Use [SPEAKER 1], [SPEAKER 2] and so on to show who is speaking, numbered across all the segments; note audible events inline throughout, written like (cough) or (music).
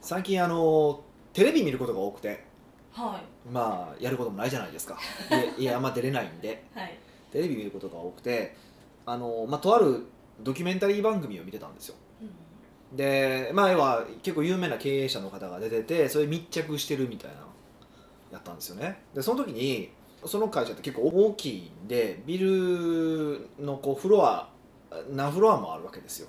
[SPEAKER 1] 最近あのテレビ見ることが多くて
[SPEAKER 2] は
[SPEAKER 1] まあやることもないじゃないですかいやいやあんま出れないんで
[SPEAKER 2] いはい
[SPEAKER 1] テレビ見ることが多くてあの、まあ、とあるドキュメンタリー番組を見てたんですよ
[SPEAKER 2] うん
[SPEAKER 1] でまあ要は結構有名な経営者の方が出ててそれ密着してるみたいなのやったんですよねでその時にその会社って結構大きいんでビルのこうフロア何フロアもあるわけですよ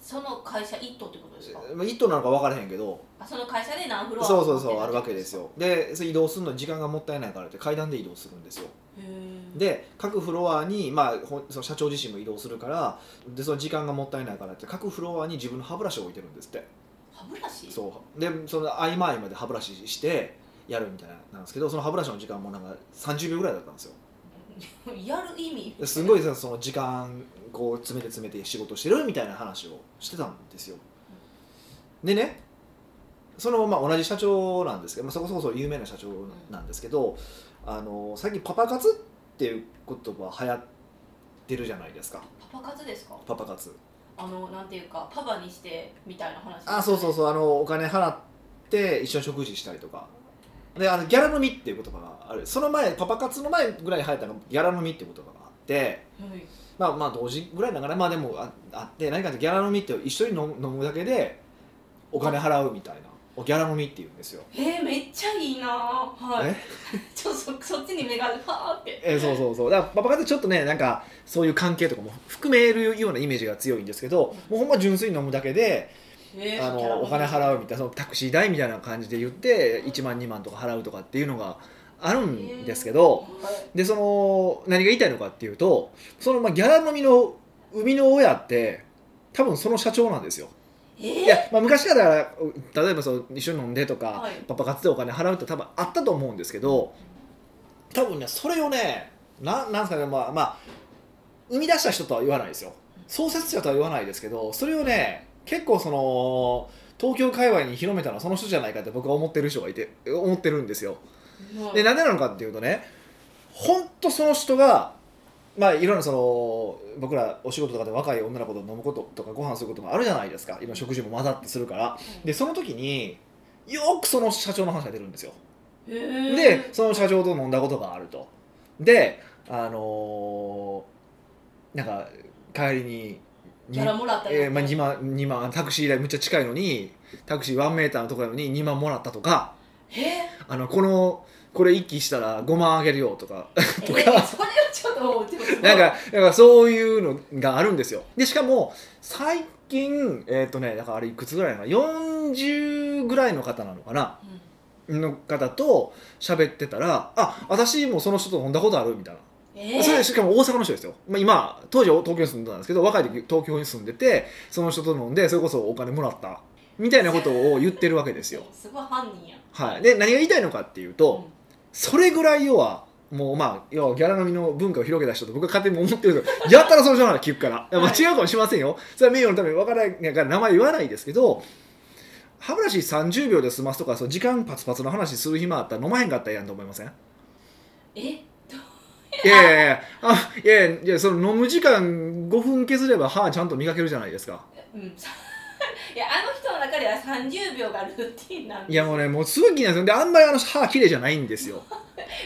[SPEAKER 2] その会社一棟ってことですか
[SPEAKER 1] まあ一棟なのか分からへんけど
[SPEAKER 2] あその会社で何フロア
[SPEAKER 1] そうそうそうあるわけですよでそれ移動するのに時間がもったいないからって階段で移動するんですよ
[SPEAKER 2] へー
[SPEAKER 1] で各フロアに、まあ、ほその社長自身も移動するからでその時間がもったいないからって各フロアに自分の歯ブラシを置いてるんですって
[SPEAKER 2] 歯ブラシ
[SPEAKER 1] そうでその合間合間で歯ブラシしてやるみたいなんですけどその歯ブラシの時間もなんか30秒ぐらいだったんですよ
[SPEAKER 2] (laughs) やる意味
[SPEAKER 1] ですごいさその時間こう詰めて詰めて仕事してるみたいな話をしてたんですよでねそのまあ同じ社長なんですけど、まあ、そこそこ有名な社長なんですけど、あの最近パパ活っていう言葉流行ってるじゃないですか
[SPEAKER 2] パパ活ですか
[SPEAKER 1] パパ活
[SPEAKER 2] あのなんていうかパパにしてみたいな話ですよね、
[SPEAKER 1] あそうそうそうあのお金払って一緒に食事したりとかであのギャラ飲みっていう言葉があるその前パパ活の前ぐらいに流行ったのギャラ飲みっていう言葉があって
[SPEAKER 2] はい
[SPEAKER 1] まあまあ同時ぐらいだからまあでもああって何かってギャラ飲みって一緒に飲む飲むだけでお金払うみたいなおギャラ飲みっていうんですよ
[SPEAKER 2] えー、めっちゃいいなーは
[SPEAKER 1] え
[SPEAKER 2] い (laughs) ちょっとそそっちに目がファーって
[SPEAKER 1] えーそうそうそうだからパパ活ってちょっとねなんかそういう関係とかも含めるようなイメージが強いんですけどもうほんま純粋に飲むだけで
[SPEAKER 2] えー
[SPEAKER 1] あ
[SPEAKER 2] キャラ
[SPEAKER 1] の
[SPEAKER 2] も
[SPEAKER 1] お金払うみたいなそのタクシー代みたいな感じで言って1万2万とか払うとかっていうのがあるんですけど、
[SPEAKER 2] はい
[SPEAKER 1] でその何が言いたいのかっていうとそのまあギャラ飲みの生みの親って多分その社長なんですよ。
[SPEAKER 2] え
[SPEAKER 1] い
[SPEAKER 2] ー、
[SPEAKER 1] や、まあ、昔はだから例えばそう一緒に飲んでとか、
[SPEAKER 2] はい
[SPEAKER 1] パパ活でお金払うって多分あったと思うんですけど多分ねそれをねななんですかねまあまあ生み出した人とは言わないですよ創設者とは言わないですけどそれをね結構その東京界隈に広めたのはその人じゃないかって僕は思ってる人がいて思ってるんですよ
[SPEAKER 2] はい
[SPEAKER 1] でなんでなのかっていうとね本当その人がまあいろんなその僕らお仕事とかで若い女の子と飲むこととかご飯することもあるじゃないですかいろんな食事も混ざってするからでその時によくその社長の話が出るんですよ
[SPEAKER 2] へー
[SPEAKER 1] でその社長と飲んだことがあるとであのーなんか帰りに
[SPEAKER 2] ギャラもらったり
[SPEAKER 1] えーまあ、2万2万タクシー代めっちゃ近いのにタクシー1メーターのところなのに2万もらったとか
[SPEAKER 2] え
[SPEAKER 1] あのこのこれ一気したら5万あげるよとか
[SPEAKER 2] ー、
[SPEAKER 1] とか
[SPEAKER 2] えーそれはちょっとでもす
[SPEAKER 1] (laughs)
[SPEAKER 2] ごい
[SPEAKER 1] なんかなんかそういうのがあるんですよでしかも最近えっ、とねだからあれいくつぐらいなのかな40ぐらいの方なのかな
[SPEAKER 2] うん
[SPEAKER 1] の方と喋ってたら「あ私もその人と飲んだことある」みたいな
[SPEAKER 2] えー、
[SPEAKER 1] それしかも大阪の人ですよ、まあ、今当時東京に住んでたんですけど若い時東京に住んでてその人と飲んでそれこそお金もらったみたいなことを言ってるわけですよ、
[SPEAKER 2] すごい犯人や
[SPEAKER 1] はい、で何が言いたいのかっていうと、
[SPEAKER 2] うん
[SPEAKER 1] それぐらい要はもうまあ要はギャラ飲みの文化を広げた人と僕は勝手に思ってるんですけど (laughs) やったらその人なら聞くからいやまあ
[SPEAKER 2] はい
[SPEAKER 1] 違うかもしれませんよそれは名誉のために分からないから名前言わないですけど歯ブラシ30秒で済ますとかそう時間パツパツの話する暇あったら飲まへんかったらええやんと思いません
[SPEAKER 2] え (laughs)
[SPEAKER 1] いやいやいやあいやいやいやその飲む時間5分削れば歯ちゃんと磨けるじゃないですか
[SPEAKER 2] うん (laughs) いやあの人の中では30秒がルーティンなん
[SPEAKER 1] い
[SPEAKER 2] で
[SPEAKER 1] やもうねもうすごい気になるんですよであんまりあの歯綺麗じゃないんですよ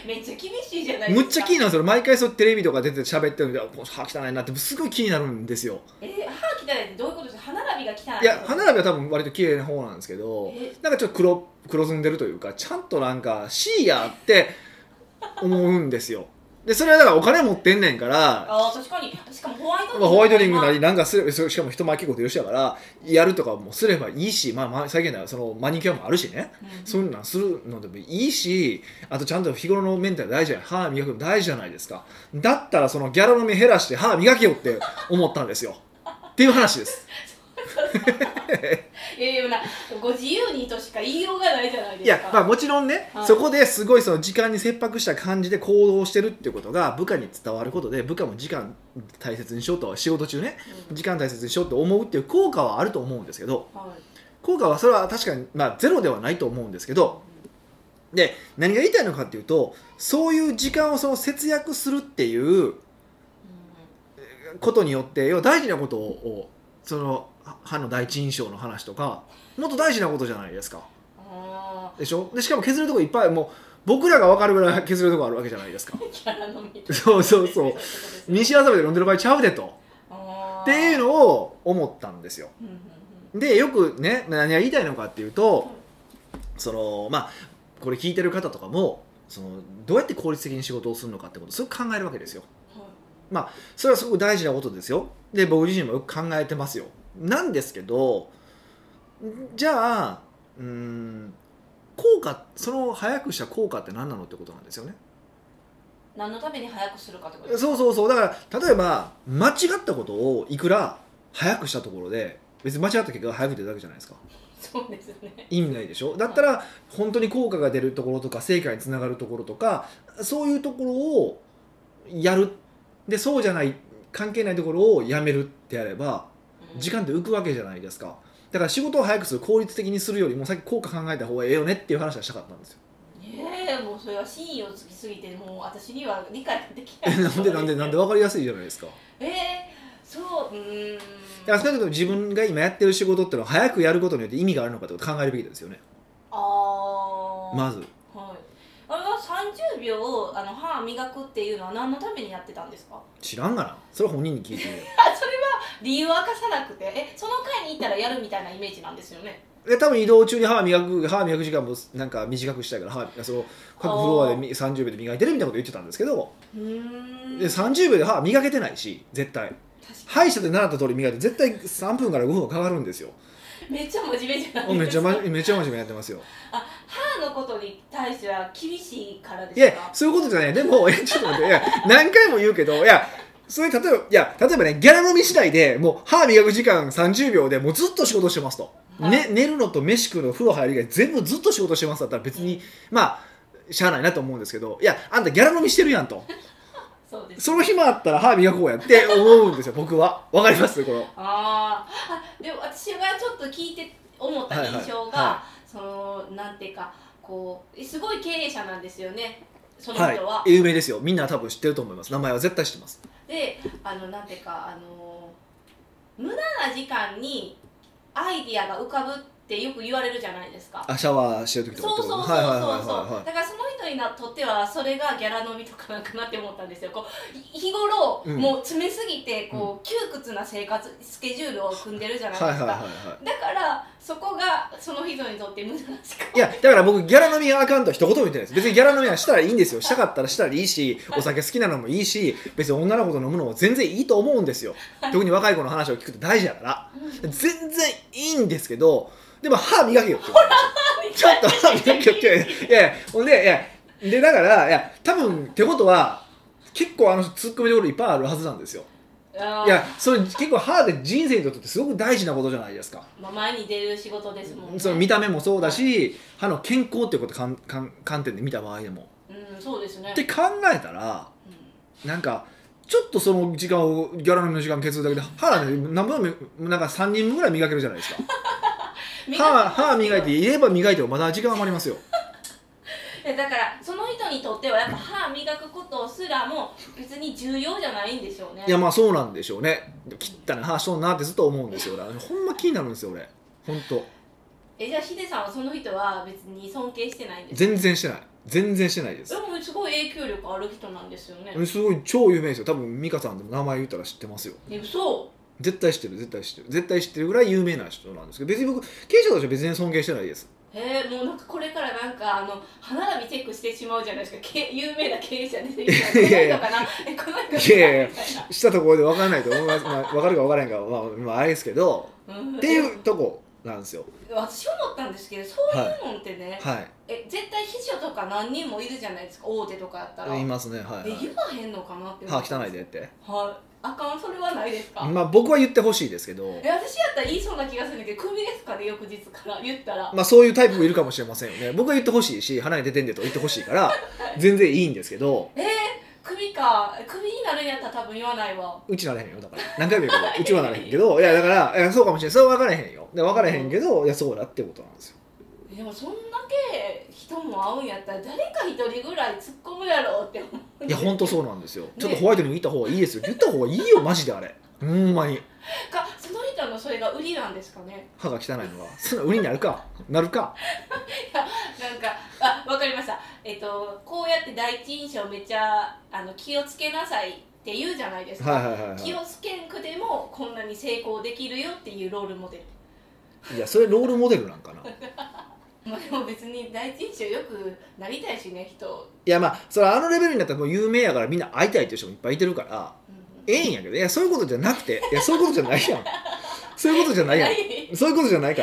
[SPEAKER 2] めっちゃ厳しいじゃないですか
[SPEAKER 1] むっちゃ気になるんですよ毎回そうテレビとか出て喋ってるんであこの歯汚いなってすごい気になるんですよ
[SPEAKER 2] えー、歯汚いってどういうことですか歯並びが汚い
[SPEAKER 1] いや歯並びは多分割と綺麗な方なんですけど
[SPEAKER 2] え
[SPEAKER 1] なんかちょっと黒黒ずんでるというかちゃんとなんか C やって思うんですよでそれはだからお金持ってんねんから
[SPEAKER 2] あー確かにしかもホワイトニング
[SPEAKER 1] まあ、ホワイトニングなりなんかすればそれしかも人前結構でよしだからやるとかもすればいいし、まあ、まあ最近ではそのマニキュアもあるしね
[SPEAKER 2] うん
[SPEAKER 1] そういうのはするのでもいいしあとちゃんと日頃のメンタル大事じゃない歯磨くの大事じゃないですかだったらそのギャラの目減らして歯磨けよって思ったんですよっていう話です
[SPEAKER 2] いやいやなご自由にとしか言いようがないじゃないで
[SPEAKER 1] い
[SPEAKER 2] すか
[SPEAKER 1] や、まあ、もちろんね、
[SPEAKER 2] はい
[SPEAKER 1] そこですごいその時間に切迫した感じで行動してるっていうことが部下に伝わることで部下も時間大切にしようと仕事中ね
[SPEAKER 2] うん
[SPEAKER 1] 時間大切にしようと思うっていう効果はあると思うんですけど
[SPEAKER 2] はい
[SPEAKER 1] 効果はそれは確かに、まあ、ゼロではないと思うんですけどで何が言いたいのかっていうとそういう時間をその節約するっていうことによって要は大事なことをそのは歯の第一印象の話とかもっと大事なことじゃないですか
[SPEAKER 2] あ
[SPEAKER 1] でしょでしかも削るとこいっぱいもう僕らが分かるぐらい削るとこあるわけじゃないですか
[SPEAKER 2] ーキャラのみ
[SPEAKER 1] そうそうそう
[SPEAKER 2] そういうことですね
[SPEAKER 1] 西麻布で飲んでる場合ちゃうでと
[SPEAKER 2] あー
[SPEAKER 1] っていうのを思ったんですよ
[SPEAKER 2] うんうんうん
[SPEAKER 1] でよくね何が言いたいのかっていうとそのまあこれ聞いてる方とかもそのどうやって効率的に仕事をするのかってことをすごく考えるわけですよそれはすごく大事なことですよで僕自身もよく考えてますよなんですけどじゃあうーん効果その早くした効果って何なのってことなんですよね
[SPEAKER 2] 何のために早くするかってことです
[SPEAKER 1] そうそうそうだから例えば間違ったことをいくら早くしたところで別に間違った結果が早く出たわけじゃないですか
[SPEAKER 2] そうですね
[SPEAKER 1] 意味ないでしょだったら本当に効果が出るところとか成果につながるところとかそういうところをやるでそうじゃない関係ないところをやめるってやれば
[SPEAKER 2] うん
[SPEAKER 1] 時間って浮くわけじゃないですかだから仕事を早くする効率的にするよりもさっき効果考えた方がええよねっていう話はしたかったんですよ (laughs)
[SPEAKER 2] ええもうそれは真意をつきすぎてもう私には理解できな
[SPEAKER 1] え
[SPEAKER 2] い
[SPEAKER 1] なんでなんでなんで分かりやすいじゃないですか
[SPEAKER 2] ええそううーん
[SPEAKER 1] だから少なくとも自分が今やってる仕事っていうのは早くやることによって意味があるのかってことを考えるべきですよね
[SPEAKER 2] ああ
[SPEAKER 1] まず
[SPEAKER 2] はいあれは30秒をあの歯磨くっていうのは何のためにやってたんですか
[SPEAKER 1] 知らんがなそれは本人に聞いてみよ
[SPEAKER 2] あそれは理由を明かさなくてえその回に行ったらやるみたいなイメージなんですよね
[SPEAKER 1] う (laughs) で多分移動中に歯磨く歯磨く時間もなんか短くしたいから歯その各フロアでみ30秒で磨いてるみたいなこと言ってたんですけど
[SPEAKER 2] うーん
[SPEAKER 1] で30秒で歯磨けてないし絶対
[SPEAKER 2] 確か
[SPEAKER 1] 歯医者で習った通り磨いて絶対3分から5分かかるんですよ
[SPEAKER 2] にめっちゃ真面目じゃないですか
[SPEAKER 1] めっちゃまめっちゃ真面目にやってますよ
[SPEAKER 2] あ (laughs) 歯のことに対しては厳しいから
[SPEAKER 1] い
[SPEAKER 2] です
[SPEAKER 1] や
[SPEAKER 2] か
[SPEAKER 1] そういうことじゃないでもいやちょっと待っていや何回も言うけどいやそれ例えばいや例えばねギャラ飲み次第でもう歯磨く時間30秒でもうずっと仕事してますと、
[SPEAKER 2] はい
[SPEAKER 1] ね、寝るのと飯食うの風呂入る以外全部ずっと仕事してますだったら別にまあしゃあないなと思うんですけどいやあんたギャラ飲みしてるやんと
[SPEAKER 2] そうです
[SPEAKER 1] その暇あったら歯磨こうやって思うん
[SPEAKER 2] (laughs)
[SPEAKER 1] ですよ僕はわかりますこの
[SPEAKER 2] あーあでも私がちょっと聞いて思った
[SPEAKER 1] は
[SPEAKER 2] 印象が、
[SPEAKER 1] いはいは
[SPEAKER 2] そのなんていうかこうすごい経営者なんですよねその人は、
[SPEAKER 1] はい有名ですよみんな多分知ってると思います名前は絶対知ってます
[SPEAKER 2] であのなんていうかあの無駄な時間にアイディアが浮かぶってよく言われるじゃないですか
[SPEAKER 1] あシャワーしてる時とか
[SPEAKER 2] そうそうそうそうそう、
[SPEAKER 1] はいはいはいはいはい
[SPEAKER 2] だからその人にとってはそれがギャラ飲みとかなんかなって思ったんですよこうい日頃、
[SPEAKER 1] うん
[SPEAKER 2] もう詰めすぎてこう窮屈な生活スケジュールを組んでるじゃないですか、
[SPEAKER 1] はいはいはいはい
[SPEAKER 2] だからそこがその人にとって無駄な時間
[SPEAKER 1] いやだから僕ギャラ飲みがあかんとは一言も言ってないです別にギャラ飲みはしたらいいんですよしたかったらしたらいいしお酒好きなのもいいし別に女の子と飲むのも全然いいと思うんですよ特に若い子の話を聞くと大事だから全然いいんですけどでも歯磨けよってことなんですよちょっと歯磨けよっていやいやほんでいやでだからいや多分ってことは結構あのツッコミどころいっぱいあるはずなんですよ
[SPEAKER 2] あー
[SPEAKER 1] いやそれ結構歯で人生にとってすごく大事なことじゃないですか
[SPEAKER 2] まあ、前に出る仕事ですもんね
[SPEAKER 1] その見た目もそうだし、歯の健康っていうことかんかん観点で見た場合でも。
[SPEAKER 2] うんそうですね
[SPEAKER 1] って考えたら
[SPEAKER 2] う
[SPEAKER 1] なんかちょっとその時間をギャラ飲みの時間削るだけで歯で何分もなんか3人分ぐらい磨けるじゃないです
[SPEAKER 2] (laughs)
[SPEAKER 1] か
[SPEAKER 2] ん磨
[SPEAKER 1] 歯歯磨いて言えば磨いてもまだ時間余りますよ
[SPEAKER 2] くだからその人にとってはやっぱ歯磨くことすらも別に重要じゃないんでしょうね
[SPEAKER 1] いやまあそうなんでしょうね切ったね歯しとんなってずっと思うんですよ俺ほんま気になるんですよ俺ほんと
[SPEAKER 2] えじゃあヒデさんはその人は別に尊敬してないんですか
[SPEAKER 1] 全然してない全然してないです
[SPEAKER 2] でもすごい影響力ある人なんですよね
[SPEAKER 1] すごい超有名ですよ多分美香さんでも名前言ったら知ってますよ
[SPEAKER 2] え嘘
[SPEAKER 1] 絶対知ってる絶対知ってる絶対知ってるぐらい有名な人なんですけど別に僕経営者としては別に尊敬してないです
[SPEAKER 2] えー、もうなんかこれからなんかあの歯並びチェックしてしまうじゃないですかけ有名な経営者出てきたら
[SPEAKER 1] (laughs) いやいや
[SPEAKER 2] この人かなえこの人かなみ
[SPEAKER 1] いやいや
[SPEAKER 2] たいな
[SPEAKER 1] したところで分からないと思います、 (laughs) まあ、分かるか分からないかは、まあ、まあ、あれですけど
[SPEAKER 2] うん
[SPEAKER 1] っていうとこなんですよ
[SPEAKER 2] え私思ったんですけどそういうのってね、
[SPEAKER 1] はい
[SPEAKER 2] え絶対秘書とか何人もいるじゃないですか大手とかやったら
[SPEAKER 1] 言いますねはい、
[SPEAKER 2] え
[SPEAKER 1] はい
[SPEAKER 2] 言わへんのかなって思っ
[SPEAKER 1] 歯
[SPEAKER 2] て
[SPEAKER 1] 汚いでって
[SPEAKER 2] はいあかんそれはないですか、
[SPEAKER 1] まあ僕は言ってほしいですけど
[SPEAKER 2] え私やったら言いそうな気がするんだけどクビですかね翌日から言ったら
[SPEAKER 1] まあそういうタイプもいるかもしれませんよね僕は言ってほしいし鼻に出てんでと言ってほしいから全然いいんですけど
[SPEAKER 2] えー、クビかクビになるんやったら多分言わないわ
[SPEAKER 1] うちなれへんよだから何回も言うけどうちはなれへんけどいやだからいやそうかもしれないそれは分からへんよで分からへんけどいやそうだってことなんですよ
[SPEAKER 2] でもそんだけ人も会うんやったら誰か一人ぐらい突っ込むやろうって思う
[SPEAKER 1] いや本当そうなんですよちょっとホワイトニング行った方がいいですよ言った方がいいよマジであれほんまに
[SPEAKER 2] かその人のそれが売りなんですかね
[SPEAKER 1] 歯が汚いのはそんな売りになるかなるか
[SPEAKER 2] なんかあわかりましたえっとこうやって第一印象めっちゃあの気をつけなさいって言うじゃないですか、
[SPEAKER 1] はいはいはい、はい、
[SPEAKER 2] 気をつけんくでもこんなに成功できるよっていうロールモデル
[SPEAKER 1] いやそれロールモデルなんかない
[SPEAKER 2] まあでも別に第一印象よくなりたいしね人、
[SPEAKER 1] やまあそれはあのレベルになったらもう有名やからみんな会いたいっていう人もいっぱいいてるから
[SPEAKER 2] うん、
[SPEAKER 1] ええんやけどいやそういうことじゃなくていやそういうことじゃないやんそういうことじゃ
[SPEAKER 2] (laughs)
[SPEAKER 1] ないやん
[SPEAKER 2] い
[SPEAKER 1] そういうことじゃないか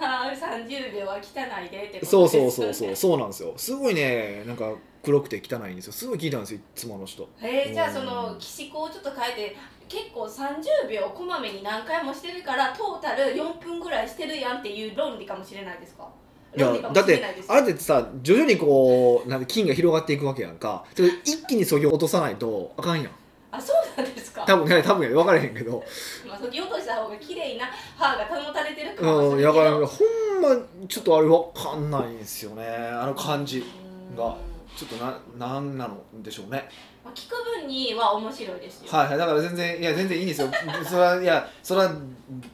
[SPEAKER 1] ら
[SPEAKER 2] はー30秒は汚いでってこ
[SPEAKER 1] そう
[SPEAKER 2] と
[SPEAKER 1] そう
[SPEAKER 2] です
[SPEAKER 1] そうそうそうなんですよすごいねなんか黒くて汚いんですよすごい聞いたんですよいつもあの人
[SPEAKER 2] えー、じゃあそうの
[SPEAKER 1] ん
[SPEAKER 2] 機思考をちょっと変えて結構30秒こまめに何回もしてるからトータル4分ぐらいしてるやんっていう論理かもしれないですか
[SPEAKER 1] いや
[SPEAKER 2] 論理かも
[SPEAKER 1] だっ
[SPEAKER 2] しれ
[SPEAKER 1] て
[SPEAKER 2] ないです
[SPEAKER 1] あれってさ徐々にこうなんか菌が広がっていくわけやんかちょっと一気にそぎ落とさないとあかんやん
[SPEAKER 2] あそうなんですか
[SPEAKER 1] 多分ね多分やで分からへんけ
[SPEAKER 2] (laughs)
[SPEAKER 1] ど
[SPEAKER 2] まあ、そぎ落とした方が綺麗な歯が保たれてるかもし
[SPEAKER 1] うん
[SPEAKER 2] れ
[SPEAKER 1] や
[SPEAKER 2] ない
[SPEAKER 1] か
[SPEAKER 2] け
[SPEAKER 1] ら
[SPEAKER 2] ど
[SPEAKER 1] ほんまちょっとあれ分かんないんですよねあの感じ
[SPEAKER 2] うん
[SPEAKER 1] が
[SPEAKER 2] ま
[SPEAKER 1] ちょっとななんなのでしょうね
[SPEAKER 2] あ、聞く分には面白いですよ、
[SPEAKER 1] はいはいだから全然いや全然いいんですよ (laughs) それはいやそれは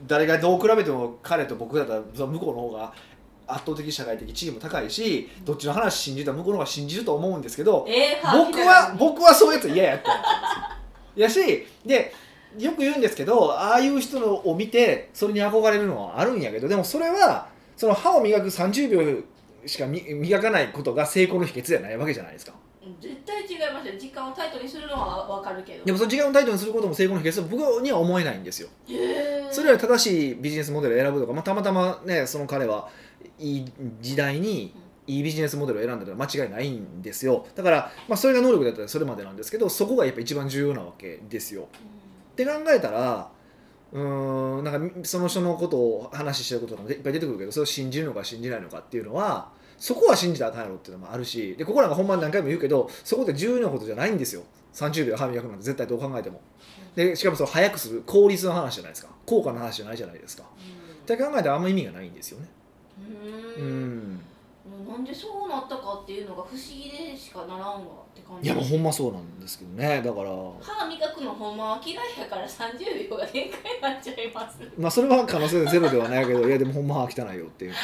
[SPEAKER 1] 誰がどう比べても彼と僕だったらそれは向こうの方が圧倒的社会的地位も高いしどっちの話信じたら向こうの方が信じると思うんですけど
[SPEAKER 2] えー、歯
[SPEAKER 1] 僕は僕はそういうやつ嫌やって思ってますよやしでよく言うんですけどああいう人のを見てそれに憧れるのはあるんやけどでもそれはその歯を磨く30秒しかみ磨かないことが成功の秘訣じゃないわけじゃないですか
[SPEAKER 2] 絶対違いますよ時間をタイトにするのはわかるけど
[SPEAKER 1] でもその時間をタイトルにすることも成功の秘訣と僕には思えないんですよ
[SPEAKER 2] へー
[SPEAKER 1] それより正しいビジネスモデルを選ぶとか、まあ、たまたまねその彼はいい時代にいいビジネスモデルを選んだのは間違いないんですよだから、まあ、それが能力だったらそれまでなんですけどそこがやっぱ一番重要なわけですよ
[SPEAKER 2] う
[SPEAKER 1] って考えたらうーんなんかその人のことを話してることとかもいっぱい出てくるけどそれを信じるのか信じないのかっていうのはそこは信じたらあかんやろっていうのもあるしでここなんか本番何回も言うけどそこって重要なことじゃないんですよ30秒歯磨くなんて絶対どう考えてもでしかもその早くする効率の話じゃないですか効果の話じゃないじゃないですかっ
[SPEAKER 2] ん
[SPEAKER 1] て考えたらあんま意味がないんですよねう
[SPEAKER 2] うん
[SPEAKER 1] ん
[SPEAKER 2] なんでそうなったかっていうのが不思議でしかならんわって感
[SPEAKER 1] い
[SPEAKER 2] じ
[SPEAKER 1] やもうほんまそうなんですけどねだから
[SPEAKER 2] 歯磨くのほんまは嫌いやから30秒が限界になっちゃいます
[SPEAKER 1] まあそれは可能性ゼロではないけどいやでもほんま歯汚いよっていうのね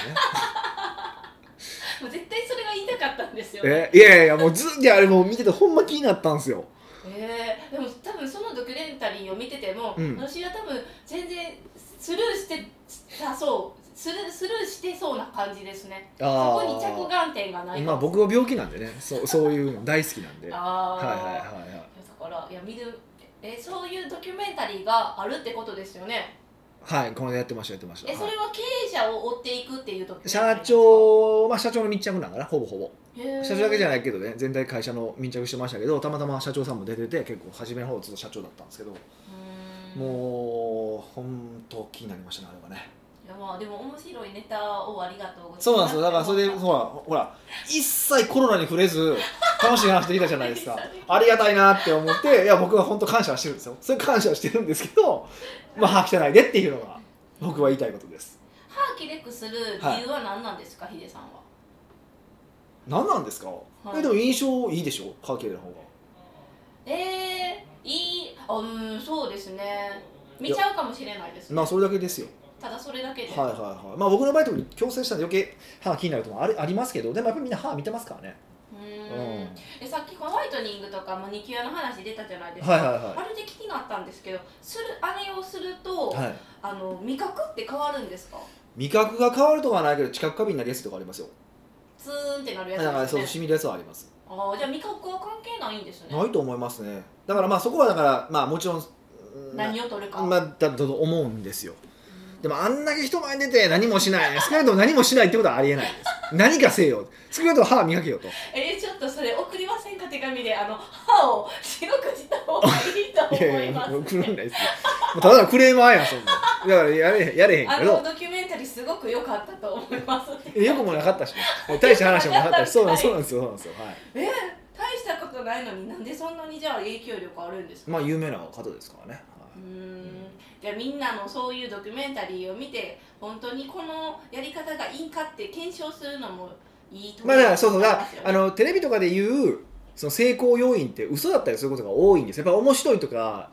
[SPEAKER 2] もう絶対それが言いたかったんですよ
[SPEAKER 1] えいやいやいやもうずっとあれもう見ててほんま気になったんですよ
[SPEAKER 2] えーでも多分そのドキュメンタリーを見てても、
[SPEAKER 1] うん
[SPEAKER 2] 私は多分全然スルーしてたそうスルースルーしてそうな感じですね
[SPEAKER 1] あ
[SPEAKER 2] そ
[SPEAKER 1] ー
[SPEAKER 2] こに着眼点がない
[SPEAKER 1] まあ
[SPEAKER 2] かも
[SPEAKER 1] 僕は病気なんでねそうそういうの大好きなんではい
[SPEAKER 2] あ
[SPEAKER 1] は
[SPEAKER 2] ー
[SPEAKER 1] いはいはい
[SPEAKER 2] だからいや見るえそういうドキュメンタリーがあるってことですよね
[SPEAKER 1] はいこの間やってましたやってました
[SPEAKER 2] えそ
[SPEAKER 1] は
[SPEAKER 2] れは経営者を追っていくっていうドキ
[SPEAKER 1] い
[SPEAKER 2] ュメンタ
[SPEAKER 1] 社
[SPEAKER 2] リー
[SPEAKER 1] 長、まあ、社長の密着なんかなほぼほぼ社長だけじゃ
[SPEAKER 2] ない
[SPEAKER 1] ないけどね全体会社の密着してましたけどたまたま社長さんも出てて結構初めの方ずっと社長だったんですけど
[SPEAKER 2] う
[SPEAKER 1] もう本当気になりましたねあれはね
[SPEAKER 2] ーんいやまあでも面白いネタをありがとうございます
[SPEAKER 1] そうなんですよだからそれでほらほら一切コロナに触れず楽しい話できたじゃないですかありがたいなって思っていや僕は本当感謝はしてるんですよそれ感謝はしてるんですけどまあ歯汚いでっていうのが僕は言いたいことです
[SPEAKER 2] 歯キレックする理由は何なんですか、ヒデさんは
[SPEAKER 1] 何なんですか、
[SPEAKER 2] はい
[SPEAKER 1] えでも印象いいでしょ歯綺麗な方が
[SPEAKER 2] えー、いいあうんそうですね見ちゃうかもしれないです
[SPEAKER 1] まあ
[SPEAKER 2] ね
[SPEAKER 1] それだけですよ
[SPEAKER 2] ただそれだけで、
[SPEAKER 1] はいはいはいまあ僕の場合と強制したんで余計歯気になることもあるありますけどでもやっぱりみんな歯見てますからね
[SPEAKER 2] う
[SPEAKER 1] うん
[SPEAKER 2] ーんえさっきホワイトニングとかマニキュアの話出たじゃないですか、
[SPEAKER 1] はいは
[SPEAKER 2] あれで気になったんですけどするあれをすると、
[SPEAKER 1] いはい、はい、
[SPEAKER 2] あの味覚って変わるんですか
[SPEAKER 1] 味覚が変わるとかはないけど知覚過敏になりやすいとかありますよ
[SPEAKER 2] ツーンってなるや
[SPEAKER 1] だか
[SPEAKER 2] つ
[SPEAKER 1] らそう染
[SPEAKER 2] ですね
[SPEAKER 1] みるやつはあります
[SPEAKER 2] ああじゃあ味覚は関係ないんですね
[SPEAKER 1] ないと思いますねだからまあそこはだからまあもちろんうん
[SPEAKER 2] 何を取るか、
[SPEAKER 1] まあ、だと思うんですよでもあんだけ人前に出て何もしない少なくとも何もしないってことはありえないです何かせよ少なくとも歯磨けよと
[SPEAKER 2] えーちょっとそれ送りませんか手紙であの歯を白くした方がいいと
[SPEAKER 1] い
[SPEAKER 2] 思
[SPEAKER 1] や
[SPEAKER 2] い
[SPEAKER 1] い
[SPEAKER 2] ま
[SPEAKER 1] や
[SPEAKER 2] す、
[SPEAKER 1] もう狂んないですよもうただのクレーマーやんそんなんだからやれへんやれへん
[SPEAKER 2] あ
[SPEAKER 1] け
[SPEAKER 2] の
[SPEAKER 1] ど
[SPEAKER 2] ドキュメンタリーすごく良かったと思いますって
[SPEAKER 1] えよくもなかったしね大した話もなか
[SPEAKER 2] (laughs)
[SPEAKER 1] ったしそうなんそうなんですよそうなんですよはい
[SPEAKER 2] えー大したことないのになんでそんなにじゃあ影響力あるんですか
[SPEAKER 1] まあ有名な方ですからね、は
[SPEAKER 2] う
[SPEAKER 1] い
[SPEAKER 2] ーんじゃあみんなのそういうドキュメンタリーを見て本当にこのやり方がいいかって検証するのもいいと思
[SPEAKER 1] まあだからそうそうだ
[SPEAKER 2] ますよね
[SPEAKER 1] あのテレビとかで言うその成功要因って嘘だったりすることが多いんですやっぱ面白いとか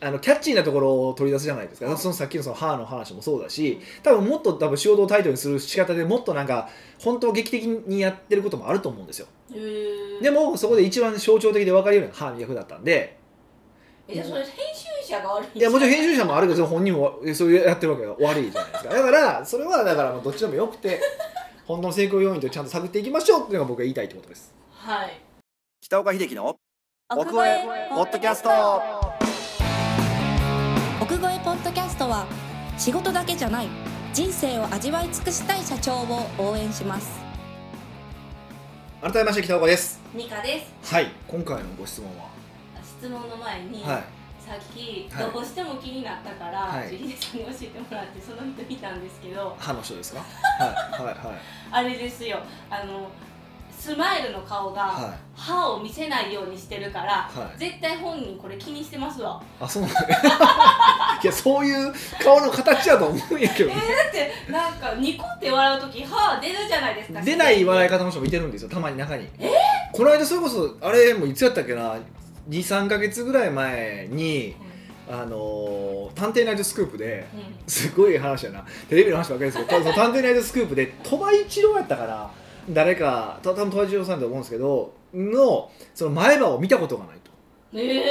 [SPEAKER 1] あのキャッチーなところを取り出すじゃないですかそのさっきのその歯の話もそうだし多分もっと多分仕事をタイトルにする仕方でもっとなんか本当は劇的にやってることもあると思うんですよ
[SPEAKER 2] へー
[SPEAKER 1] でもそこで一番象徴的で分かるような歯磨くだったんで
[SPEAKER 2] えじゃあそれ編集者が悪いん
[SPEAKER 1] い
[SPEAKER 2] じゃ
[SPEAKER 1] や
[SPEAKER 2] な
[SPEAKER 1] もちろん編集者もあるけど本人もえそうやってるわけが悪いじゃないですかだからそれはだからもうどっちでもよくて本当の成功要因とちゃんと探っていきましょうっていうのが僕が言いたいってことです
[SPEAKER 2] はい
[SPEAKER 1] 北岡秀樹の奥越えポッドキャスト
[SPEAKER 3] 奥越えポッドキャストは仕事だけじゃない人生を味わい尽くしたい社長を応援します
[SPEAKER 1] 改めまして北岡です
[SPEAKER 2] ニカです
[SPEAKER 1] はい今回のご質問は、
[SPEAKER 2] 質問の前に、
[SPEAKER 1] はい
[SPEAKER 2] さっき
[SPEAKER 1] はい
[SPEAKER 2] どうしても気になったから、
[SPEAKER 1] はい
[SPEAKER 2] ちょヒデさんに教えてもらってその人見たんですけど
[SPEAKER 1] 歯の人ですかはいはいはい
[SPEAKER 2] あれですよあのスマイルの顔が
[SPEAKER 1] はい
[SPEAKER 2] 歯を見せないようにしてるから、
[SPEAKER 1] はい
[SPEAKER 2] 絶対本人これ気にしてますわ
[SPEAKER 1] あそうなんだ (laughs) いやそういう顔の形やと思うんやけど
[SPEAKER 2] えだってなんかニコって笑う時歯出るじゃないですか
[SPEAKER 1] 出ない笑い
[SPEAKER 2] が
[SPEAKER 1] 方の人もいてるんですよたまに中にこの間それこそあれもういつやったっけな23か月ぐらい前にあのー探偵ナイトスクープで
[SPEAKER 2] うん、うん
[SPEAKER 1] すごい話やなテレビの話ばっかりですけどその探偵ナイトスクープで鳥羽一郎やったから誰かた多分鳥羽一郎さんだと思うんですけどのその前歯を見たことがないと
[SPEAKER 2] ええ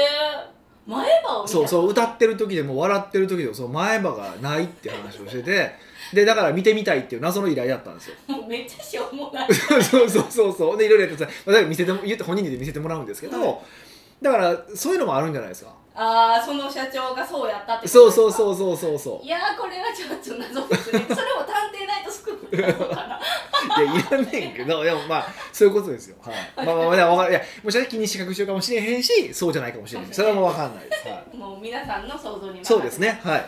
[SPEAKER 2] 前歯を見た
[SPEAKER 1] そうそう歌ってる時でも笑ってる時でもその前歯がないって話をしててでだから見てみたいっていう謎の依頼だったんですよ (laughs)
[SPEAKER 2] もう (laughs) めっちゃしょうもない
[SPEAKER 1] そうそうそうそうでいろいろやってさまあだから見せても言って本人で見せてもらうんですけど、
[SPEAKER 2] はい
[SPEAKER 1] だからそういうのもあるんじゃないですか
[SPEAKER 2] ああその社長がそうやったってこ
[SPEAKER 1] そ
[SPEAKER 2] とですか
[SPEAKER 1] うそうそうそうそうそう
[SPEAKER 2] いやーこれはちょっと謎ですねそれも探偵ナイトスクープなのかない
[SPEAKER 1] やいらねんけどでもまあそういうことですよ、はい、まあまあまあでも分かるいやもしかしたら気に視覚しようかもしれへんしそうじゃないかもしれないそれはもう分かんないです、はい、
[SPEAKER 2] もう皆さんの想像に任せて
[SPEAKER 1] そうですねはい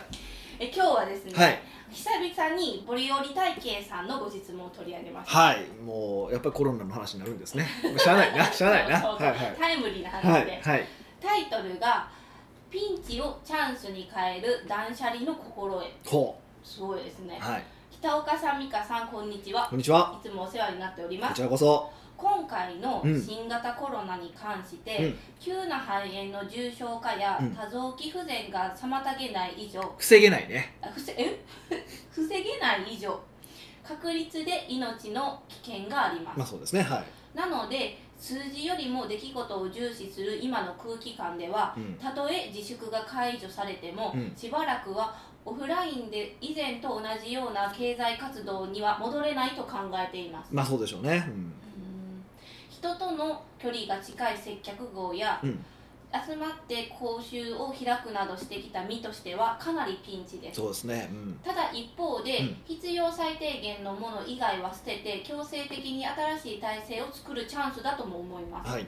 [SPEAKER 2] え今日はですね、
[SPEAKER 1] はい
[SPEAKER 2] 久々にボリオリ体系さんのご質問を取り上げました
[SPEAKER 1] はいもうやっぱりコロナの話になるんですねしゃあないなしゃあないな
[SPEAKER 2] (laughs) そう
[SPEAKER 1] は
[SPEAKER 2] そう
[SPEAKER 1] いはい
[SPEAKER 2] タイムリーな
[SPEAKER 1] は
[SPEAKER 2] 話で、
[SPEAKER 1] いはい
[SPEAKER 2] タイトルが「ピンチをチャンスに変える断捨離の心得
[SPEAKER 1] ほ」
[SPEAKER 2] すごいですね
[SPEAKER 1] うはい
[SPEAKER 2] 北岡さん美香さんこんにちは
[SPEAKER 1] こんにちはい
[SPEAKER 2] つもお世話になっておりま
[SPEAKER 1] こ
[SPEAKER 2] す
[SPEAKER 1] ちらこそ
[SPEAKER 2] 今回の
[SPEAKER 1] うん
[SPEAKER 2] 新型コロナに関して、
[SPEAKER 1] うん
[SPEAKER 2] 急な肺炎の重症化や
[SPEAKER 1] うん
[SPEAKER 2] 多臓器不全が妨げない以上、
[SPEAKER 1] 防げないね
[SPEAKER 2] あふせえ (laughs) 防げない以上確率で命の危険があります、
[SPEAKER 1] まあそうですねはい
[SPEAKER 2] なので数字よりも出来事を重視する今の空気感では
[SPEAKER 1] うん
[SPEAKER 2] たとえ自粛が解除されても、
[SPEAKER 1] うん
[SPEAKER 2] しばらくはオフラインで以前と同じような経済活動には戻れないと考えています、
[SPEAKER 1] まあそうでしょうねうん
[SPEAKER 2] うん人との距離が近い接客業や、
[SPEAKER 1] うん
[SPEAKER 2] 集まって講習を開くなどしてきた身としてはかなりピンチです
[SPEAKER 1] そうですねうん
[SPEAKER 2] ただ一方で、
[SPEAKER 1] うん
[SPEAKER 2] 必要最低限のもの以外は捨てて強制的に新しい体制を作るチャンスだとも思います、
[SPEAKER 1] はい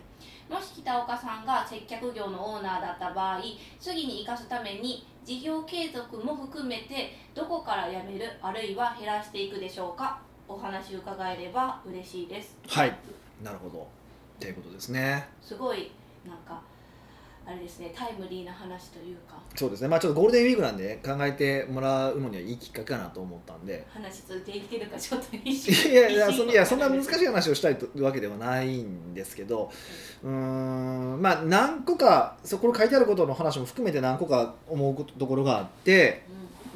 [SPEAKER 2] もし北岡さんが接客業のオーナーだった場合次に生かすために事業継続も含めてどこからやめるあるいは減らしていくでしょうかお話伺えれば嬉しいです
[SPEAKER 1] はいなるほどっていうことですね
[SPEAKER 2] すごいなんかあれですねタイムリーな話というか
[SPEAKER 1] そうですねまあちょっとゴールデンウィークなんで考えてもらうのにはいいきっかけかなと思ったんで
[SPEAKER 2] 話続いていけるかちょっと一瞬
[SPEAKER 1] いやいやそんいやそんな難し
[SPEAKER 2] い
[SPEAKER 1] い話をしたいというわけではないんですけどうーんまあ何個かそこに書いてあることの話も含めて何個か思うことところがあって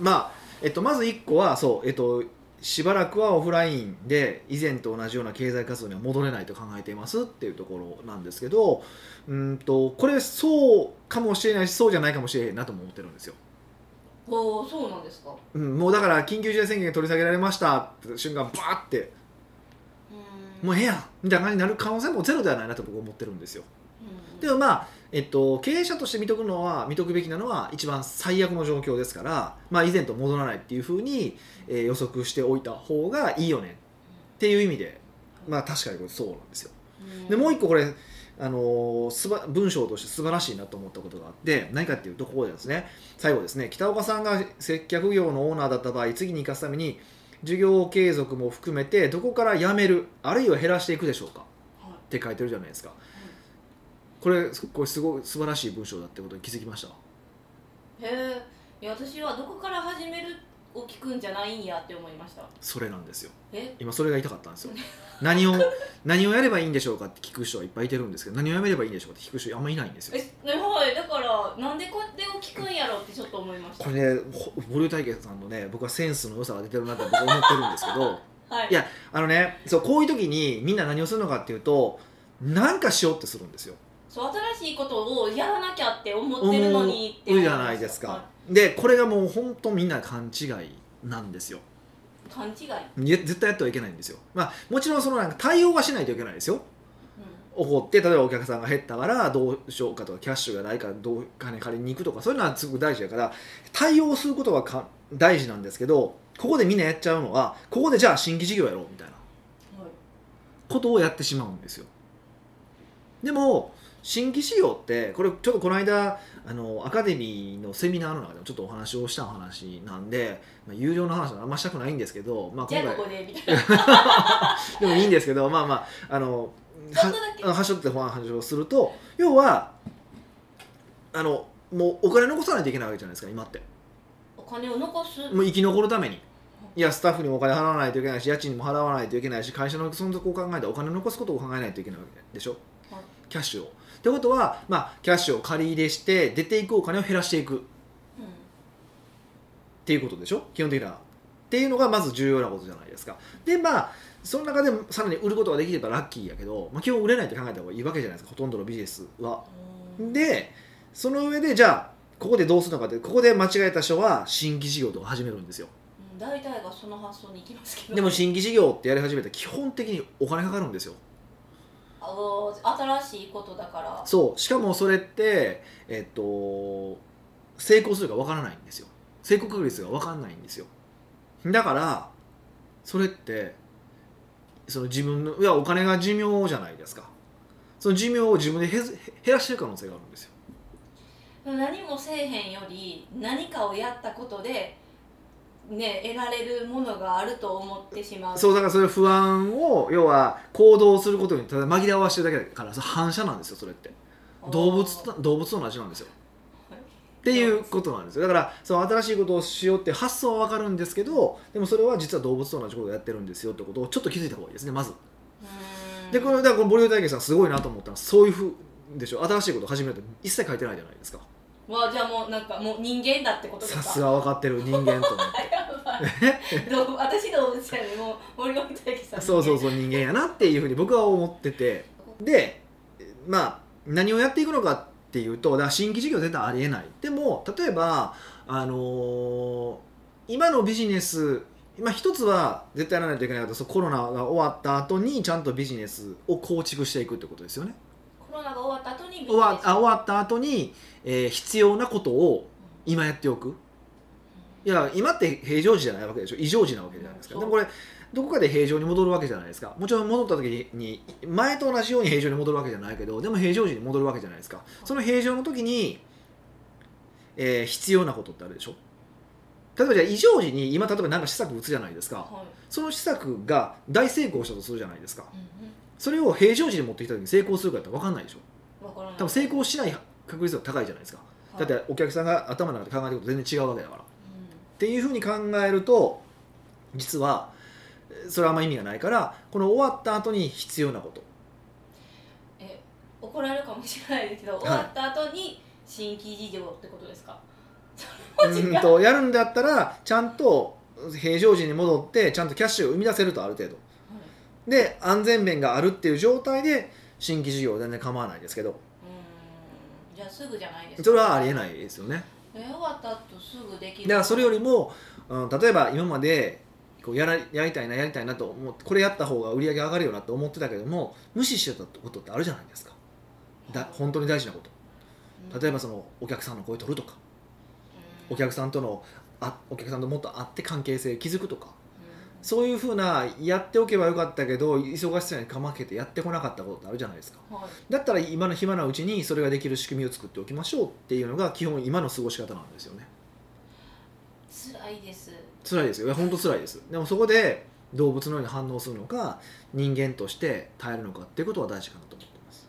[SPEAKER 1] まあ、えっと、まず1個はそう、えっと、しばらくはオフラインで以前と同じような経済活動には戻れないと考えていますっていうところなんですけどうーんとこれそうかもしれないしそうじゃないかもしれないなとも思ってるんですよ。
[SPEAKER 2] うん、おおそうなんですか
[SPEAKER 1] うん、もうだから緊急事態宣言が取り下げられましたって瞬間バーって
[SPEAKER 2] うん
[SPEAKER 1] もうええやんみたいな感じになる可能性もゼロではないなと僕は思ってるんですよ
[SPEAKER 2] うん
[SPEAKER 1] でもまあ、えっと、経営者として見とくのは見とくべきなのは一番最悪の状況ですから、まあ、以前と戻らないっていうふうに、えー予測しておいた方がいいよねっていう意味で、まあ、確かにこれそうなんですよ
[SPEAKER 2] うん
[SPEAKER 1] でもう一個これ、あのーすば文章として素晴らしいなと思ったことがあって何かっていうとここでですね最後ですね北岡さんが接客業のオーナーだった場合次に生かすために事業継続も含めてどこからやめるあるいは減らしていくでしょうかって書いてるじゃないですか、これこれすごい素晴らしい文章だってことに気づきました
[SPEAKER 2] へえいや私はどこから始めるを聞くんじゃないんやって思いました
[SPEAKER 1] それなんですよ
[SPEAKER 2] え
[SPEAKER 1] 今それが言いたかったんですよ何
[SPEAKER 2] (laughs)
[SPEAKER 1] を何をやればいいんでしょうかって聞く人はいっぱいいてるんですけど何をやめればいいんでしょうかって聞く人あんまいないんですよ
[SPEAKER 2] えねはいだからなんでこれを聞くんや思いました
[SPEAKER 1] これねほボリュー体験さんのね僕はセンスの良さが出てるなって僕は思ってるんですけど
[SPEAKER 2] はい
[SPEAKER 1] いやあのねそうこういう時にみんな何をするのかっていうとなんかしようってするんですよ
[SPEAKER 2] そう新しいことをやらなきゃって思ってるのにって
[SPEAKER 1] 思
[SPEAKER 2] 思
[SPEAKER 1] うじゃ
[SPEAKER 2] いまし
[SPEAKER 1] な
[SPEAKER 2] た
[SPEAKER 1] いですか、
[SPEAKER 2] は
[SPEAKER 1] でこれがもう本当みんな勘違いなんですよ
[SPEAKER 2] い勘違い、
[SPEAKER 1] いや絶対やってはいけないんですよまあもちろんそのなんか対応はしないといけないですよ怒って例えばお客さんが減ったからどうしようかとかキャッシュがないからどう金借りに行くとかそういうのはすごく大事だから対応することはか大事なんですけどここでみんなやっちゃうのはここでじゃあ新規事業やろうみたいな
[SPEAKER 2] うんはい
[SPEAKER 1] ことをやってしまうんですよでも新規事業ってこれちょっとこの間あのアカデミーのセミナーの中でもちょっとお話をした話なんで、まあ、有料の話はあんましたくないんですけど、まあ、
[SPEAKER 2] じゃ
[SPEAKER 1] 今
[SPEAKER 2] あ
[SPEAKER 1] 回
[SPEAKER 2] ここでみた
[SPEAKER 1] (laughs)
[SPEAKER 2] いな
[SPEAKER 1] でもいいんですけどまあまああの
[SPEAKER 2] ちょっとだけ
[SPEAKER 1] はしょって不安話をすると要はあのもうお金残さないといけないわけじゃないですか今って
[SPEAKER 2] お金を残す
[SPEAKER 1] もう生き残るためにいやスタッフにもお金払わないといけないし家賃も払わないといけないし会社の存続を考えたらお金を残すことを考えないといけないわけでしょ、
[SPEAKER 2] はい
[SPEAKER 1] キャッシュをってことは、まあ、キャッシュを借り入れして出ていくお金を減らしていくっ
[SPEAKER 2] うん
[SPEAKER 1] ていうことでしょ基本的なっていうのがまず重要なことじゃないですかでまあその中でもさらに売ることができればラッキーやけど、まあ、基本売れないって考えた方がいいわけじゃないですかほとんどのビジネスは
[SPEAKER 2] うん
[SPEAKER 1] でその上でじゃあここでどうするのかってここで間違えた人は新規事業とか始めるんですよ
[SPEAKER 2] うん大体がその発想に行きますけど
[SPEAKER 1] でも新規事業ってやり始めたら基本的にお金かかるんですよ
[SPEAKER 2] あの新しいことだから
[SPEAKER 1] そうしかもそれってえっと成功するかわからないんですよ成功確率がわかんないんですよだからそれってその自分のいやお金が寿命じゃないですかその寿命を自分で減減らしてる可能性があるんですよ
[SPEAKER 2] 何もせえへんより何かをやったことでね得られるものがあると思ってしまう
[SPEAKER 1] そうだからそういう不安を要は行動することにただ紛らわしてるだけだからそれ反射なんですよそれって動物と動物と同じなんですよ
[SPEAKER 2] はい
[SPEAKER 1] っていうことなんですよだからその新しいことをしようって発想は分かるんですけどでもそれは実は動物と同じことをやってるんですよってことをちょっと気づいた方がいいですねまず
[SPEAKER 2] うん
[SPEAKER 1] でこのだからこのボリューム体験さんすごいなと思ったのはそういうふうでしょ新しいことを始めるって一切書いてないじゃないですか
[SPEAKER 2] わじゃあもうなんかもう人間だってことです
[SPEAKER 1] さ
[SPEAKER 2] か
[SPEAKER 1] すが分かってる人間と思っ
[SPEAKER 2] (laughs) やばい動物私動物やねもう森本大樹さん
[SPEAKER 1] て
[SPEAKER 2] ね
[SPEAKER 1] そうそうそう人間やなっていうふうに僕は思っててでまあ何をやっていくのかっていうとだから新規事業絶対ありえないでも例えば、あのー今のビジネスまあ、一つは絶対やらないといけないことはそうコロナが終わった後にちゃんとビジネスを構築していくってことですよね
[SPEAKER 2] コロナが終わった後にビジネス
[SPEAKER 1] 終わあ終わった後に、えー必要なことを今やっておくいや今って平常時じゃないわけでしょ異常時なわけじゃないですか、
[SPEAKER 2] うん
[SPEAKER 1] で
[SPEAKER 2] そ
[SPEAKER 1] も
[SPEAKER 2] う
[SPEAKER 1] これどこかで平常に戻るわけじゃないですかもちろん戻った時に前と同じように平常に戻るわけじゃないけどでも平常時に戻るわけじゃないですかその平常の時に、えー必要なことってあるでしょ例えばじゃあ異常時に今例えば何か施策打つじゃないですか
[SPEAKER 2] はい
[SPEAKER 1] その施策が大成功したとするじゃないですか
[SPEAKER 2] うん
[SPEAKER 1] それを平常時に持ってきた時に成功するかって分かんないでしょ
[SPEAKER 2] うんわからない
[SPEAKER 1] 多分成功しない確率が高いじゃないですかだってお客さんが頭の中で考えてること全然違うわけだからっていうふうに考えると実はえーそれはあんま意味がないからこの終わった後に必要なこと
[SPEAKER 2] 怒られるかもしれないですけど、
[SPEAKER 1] い
[SPEAKER 2] 終わった後に新規事業ってことですか
[SPEAKER 1] うーんとやるんだったらちゃんと平常時に戻ってちゃんとキャッシュを生み出せるとある程度で安全面があるっていう状態で新規事業は全然構わないですけど
[SPEAKER 2] うんじゃあすぐじゃないですか
[SPEAKER 1] それはありえないですよね
[SPEAKER 2] え終わった後すぐできる
[SPEAKER 1] だからそれよりも、うん、例えば今までこうやらやりたいなやりたいなと思ってこれやった方が売り上げ上がるよなと思ってたけども無視してたことってあるじゃないですかだ本当に大事なこと例えばそのお客さんの声取るとかお客さんとのあお客さんともっと会って関係性築くとかそういうふうなやっておけばよかったけど忙しさにかまけてやってこなかったことってあるじゃないですか
[SPEAKER 2] うん、はい
[SPEAKER 1] だったら今の暇なうちにそれができる仕組みを作っておきましょうっていうのが基本今の過ごし方なんですよね
[SPEAKER 2] 辛いです
[SPEAKER 1] 辛いですよいや本当辛いですでもそこで動物のように反応するのか人間として耐えるのかっていうことは大事かなと思ってます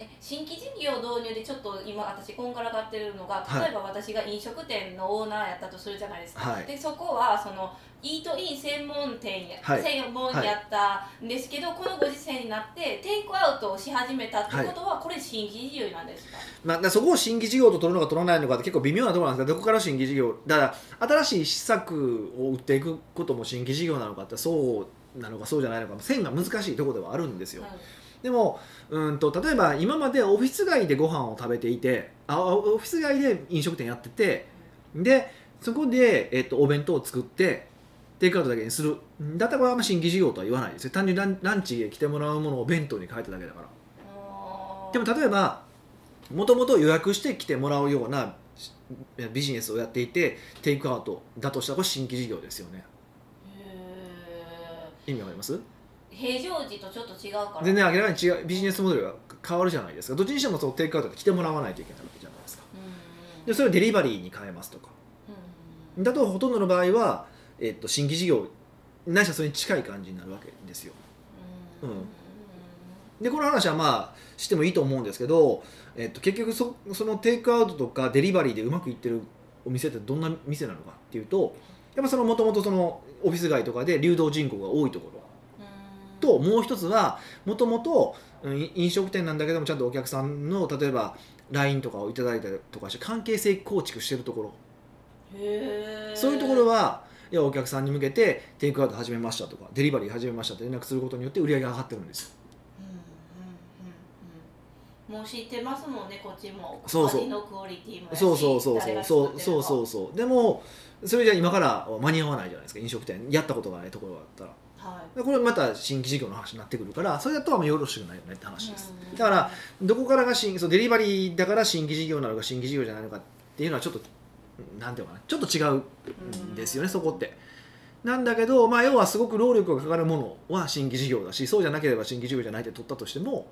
[SPEAKER 2] え新規事業導入でちょっと今私こんがらがってるのが
[SPEAKER 1] はい
[SPEAKER 2] 例えば私が飲食店のオーナーやったとするじゃないですか、
[SPEAKER 1] はい
[SPEAKER 2] でそこはそのイートイン専門店や、
[SPEAKER 1] はい
[SPEAKER 2] 専門やったんですけど、このご時世になってテイクアウトをし始めたってことは、これ新規事業なんですか
[SPEAKER 1] まあ、だからそこを新規事業と取るのか取らないのかって結構微妙なところなんですがどこから新規事業だから新しい施策を打っていくことも新規事業なのかってそうなのかそうじゃないのか線が難しいところではあるんですよ、
[SPEAKER 2] はい
[SPEAKER 1] でもうんと例えば今までオフィス街でご飯を食べていてあオフィス街で飲食店やっててでそこで、えっと、お弁当を作ってテイクアウトだけにするだったらこれはあんま新規事業とは言わないですよ単純にランランチへ来てもらうものを弁当に変えただけだから
[SPEAKER 2] あー
[SPEAKER 1] でも例えばもともと予約して来てもらうようなしビジネスをやっていてテイクアウトだとしたらこれ新規事業ですよね
[SPEAKER 2] へ
[SPEAKER 1] 意味わかります
[SPEAKER 2] ー平常時とちょっと違うから
[SPEAKER 1] 全然明らかに違うビジネスモデルが変わるじゃないですかどっちにしてもそのテイクアウトで来てもらわないといけないわけじゃないですか
[SPEAKER 2] うんうん
[SPEAKER 1] でそれをデリバリーに変えますとか
[SPEAKER 2] うん
[SPEAKER 1] だとほとんどの場合は、えっと、新規事業ないしはそれに近い感じになるわけですよ
[SPEAKER 2] うんうん
[SPEAKER 1] うんでこの話はまあしてもいいと思うんですけど、えっと、結局そそのテイクアウトとかデリバリーでうまくいってるお店ってどんな店なのかっていうとやっぱそのもともとそのオフィス街とかで流動人口が多いところ
[SPEAKER 2] うん
[SPEAKER 1] ともう一つはもともとうん飲食店なんだけどもちゃんとお客さんの例えば LINE とかをいただいたりとかして関係性構築してるところ
[SPEAKER 2] へー
[SPEAKER 1] そういうところはいやお客さんに向けてテイクアウト始めましたとかデリバリー始めましたって連絡することによって売り上げが上がってるんですよ
[SPEAKER 2] うんうんうんうんもう知ってますもんねこっちも
[SPEAKER 1] そうそう
[SPEAKER 2] 味のクオリティもやし
[SPEAKER 1] そうそうそう
[SPEAKER 2] 誰が
[SPEAKER 1] そ
[SPEAKER 2] 作っ
[SPEAKER 1] う
[SPEAKER 2] てるか
[SPEAKER 1] そうそうそうでもそれじゃ今からは間に合わないじゃないですか飲食店やったことがないところだったら
[SPEAKER 2] は
[SPEAKER 1] でこれまた新規事業の話になってくるからそれだとはあんまよろしくないよねって
[SPEAKER 2] い
[SPEAKER 1] 話です、
[SPEAKER 2] うん
[SPEAKER 1] だからどこからが新そうデリバリーだから新規事業なのか新規事業じゃないのかっていうのはちょっとなんていうのかなちょっと違うんですよね、そこってなんだけど、まあ、要はすごく労力がかかるものは新規事業だしそうじゃなければ新規事業じゃないって取ったとしても
[SPEAKER 2] うんは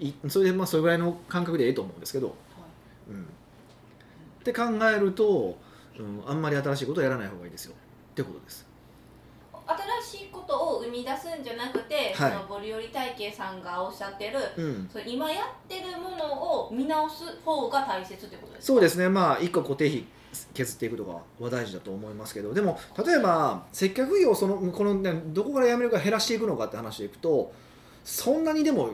[SPEAKER 2] い
[SPEAKER 1] いそれでまあそれぐらいの感覚でええと思うんですけどうん、って考えると、うん、あんまり新しいことはやらない方がいいですよってことです
[SPEAKER 2] 新しいことを生み出すんじゃなくて、
[SPEAKER 1] はい
[SPEAKER 2] そのボリオリ体系さんがおっしゃってる
[SPEAKER 1] うん
[SPEAKER 2] そう今やってるものを見直す方が大切ってことですか
[SPEAKER 1] そうですねまあ一個固定費削っていくとかは大事だと思いますけどでも例えば接客業をそのこの、ね、どこからやめるか減らしていくのかって話でいくとそんなにでも